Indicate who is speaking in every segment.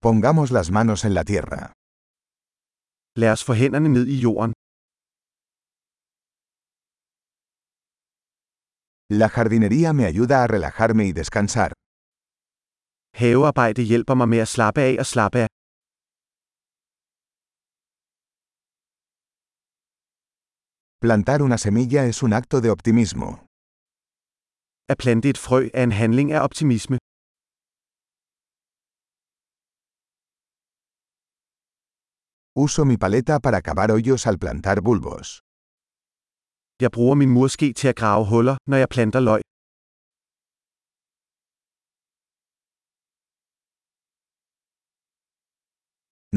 Speaker 1: Pongamos las manos en la tierra.
Speaker 2: Lad os få hænderne ned i jorden.
Speaker 1: La jardinería me ayuda a relajarme y descansar.
Speaker 2: Havearbejde hjælper mig med at slappe af og slappe af.
Speaker 1: Plantar una semilla es un acto de optimismo.
Speaker 2: At plante et frø er en handling af optimisme.
Speaker 1: Uso mi paleta para cavar hoyos al plantar bulbos.
Speaker 2: Jeg bruger min murske til at grave huller, når jeg planter løg.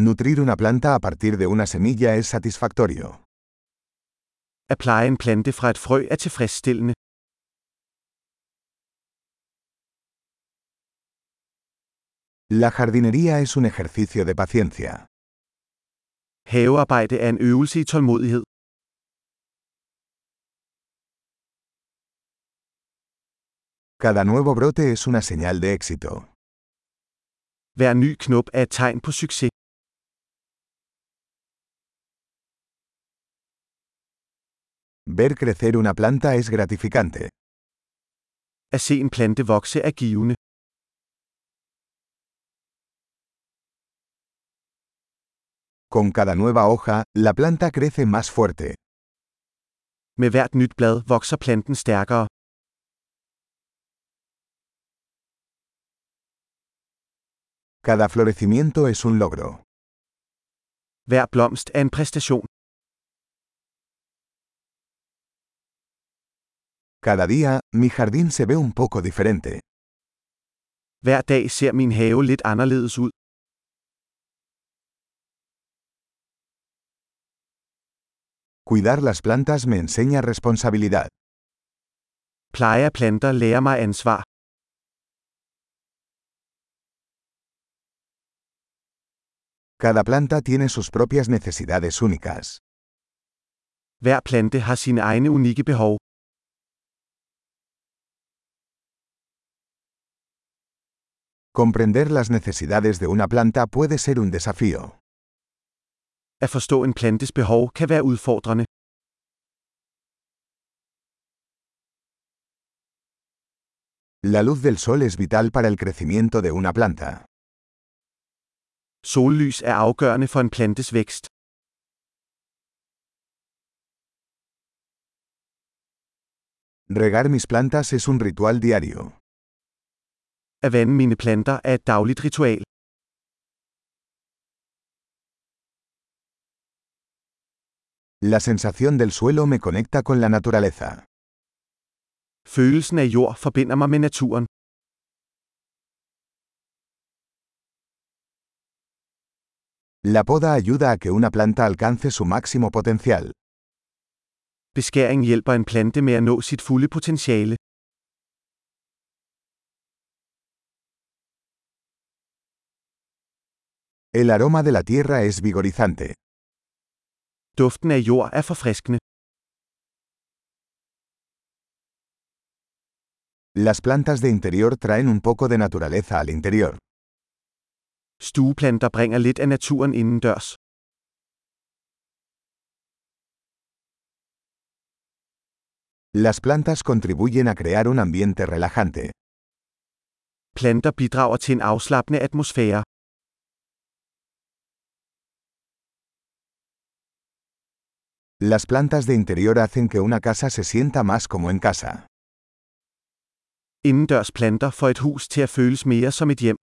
Speaker 1: Nutrir una planta a partir de una semilla es satisfactorio.
Speaker 2: At pleje en plante fra et frø er tilfredsstillende.
Speaker 1: La jardinería es un ejercicio de paciencia.
Speaker 2: Havearbejde er en øvelse i tålmodighed.
Speaker 1: Cada nuevo brote es una señal de éxito.
Speaker 2: Hver ny knop er et tegn på succes.
Speaker 1: Ver crecer una planta es gratificante.
Speaker 2: At se en plante vokse er givende.
Speaker 1: Con cada nueva hoja, la planta crece más fuerte.
Speaker 2: Med hvert nyt blad vokser planten stærkere.
Speaker 1: Cada florecimiento es un logro.
Speaker 2: Hver blomst er en præstation.
Speaker 1: Cada día, mi jardín se ve un poco diferente.
Speaker 2: Hver dag ser min have lidt anderledes ud.
Speaker 1: Cuidar las plantas me enseña responsabilidad.
Speaker 2: Pleje af planter lærer mig ansvar.
Speaker 1: Cada planta tiene sus propias necesidades únicas.
Speaker 2: Hver plante har sine egne unikke behov.
Speaker 1: Comprender las necesidades de una planta puede ser un desafío.
Speaker 2: At forstå en plantes behov kan være udfordrende.
Speaker 1: La luz del sol es vital para el crecimiento de una planta.
Speaker 2: Sollys er afgørende for en plantes vækst.
Speaker 1: Regar mis plantas es un ritual diario.
Speaker 2: At vande mine planter er et dagligt ritual.
Speaker 1: La sensación del suelo me conecta con la naturaleza.
Speaker 2: Følelsen af jord forbinder mig med naturen.
Speaker 1: La poda ayuda a que una planta alcance su máximo potencial.
Speaker 2: Beskæring hjælper en plante med at nå sit fulde potentiale.
Speaker 1: El aroma de la tierra es vigorizante.
Speaker 2: Duften af jord er forfriskende.
Speaker 1: Las plantas de interior traen un poco de naturaleza al interior.
Speaker 2: Stueplanter bringer lidt af naturen indendørs.
Speaker 1: Las plantas contribuyen a crear un ambiente relajante.
Speaker 2: Planter bidrager til en afslappende atmosfære.
Speaker 1: Las plantas de interior hacen que una casa se sienta más como en casa.
Speaker 2: Indendørs planter får et hus til at føles mere som et hjem.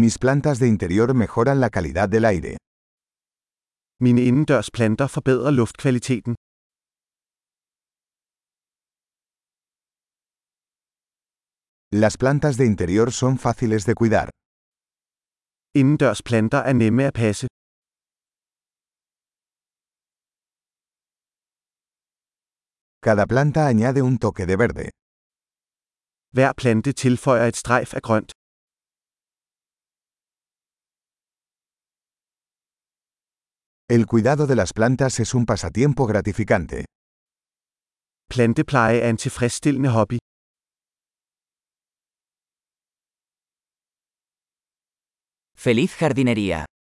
Speaker 1: Mis plantas de interior mejoran la calidad del aire.
Speaker 2: Mine indendørs planter forbedrer luftkvaliteten.
Speaker 1: Las plantas de interior son fáciles de cuidar.
Speaker 2: Indendørs planter er nemme at passe.
Speaker 1: Cada planta añade un toque de verde.
Speaker 2: Hver plante tilføjer et strejf af grønt.
Speaker 1: El cuidado de las plantas es un pasatiempo gratificante.
Speaker 2: Plantepleje er en tilfredsstillende hobby.
Speaker 3: Feliz jardinería.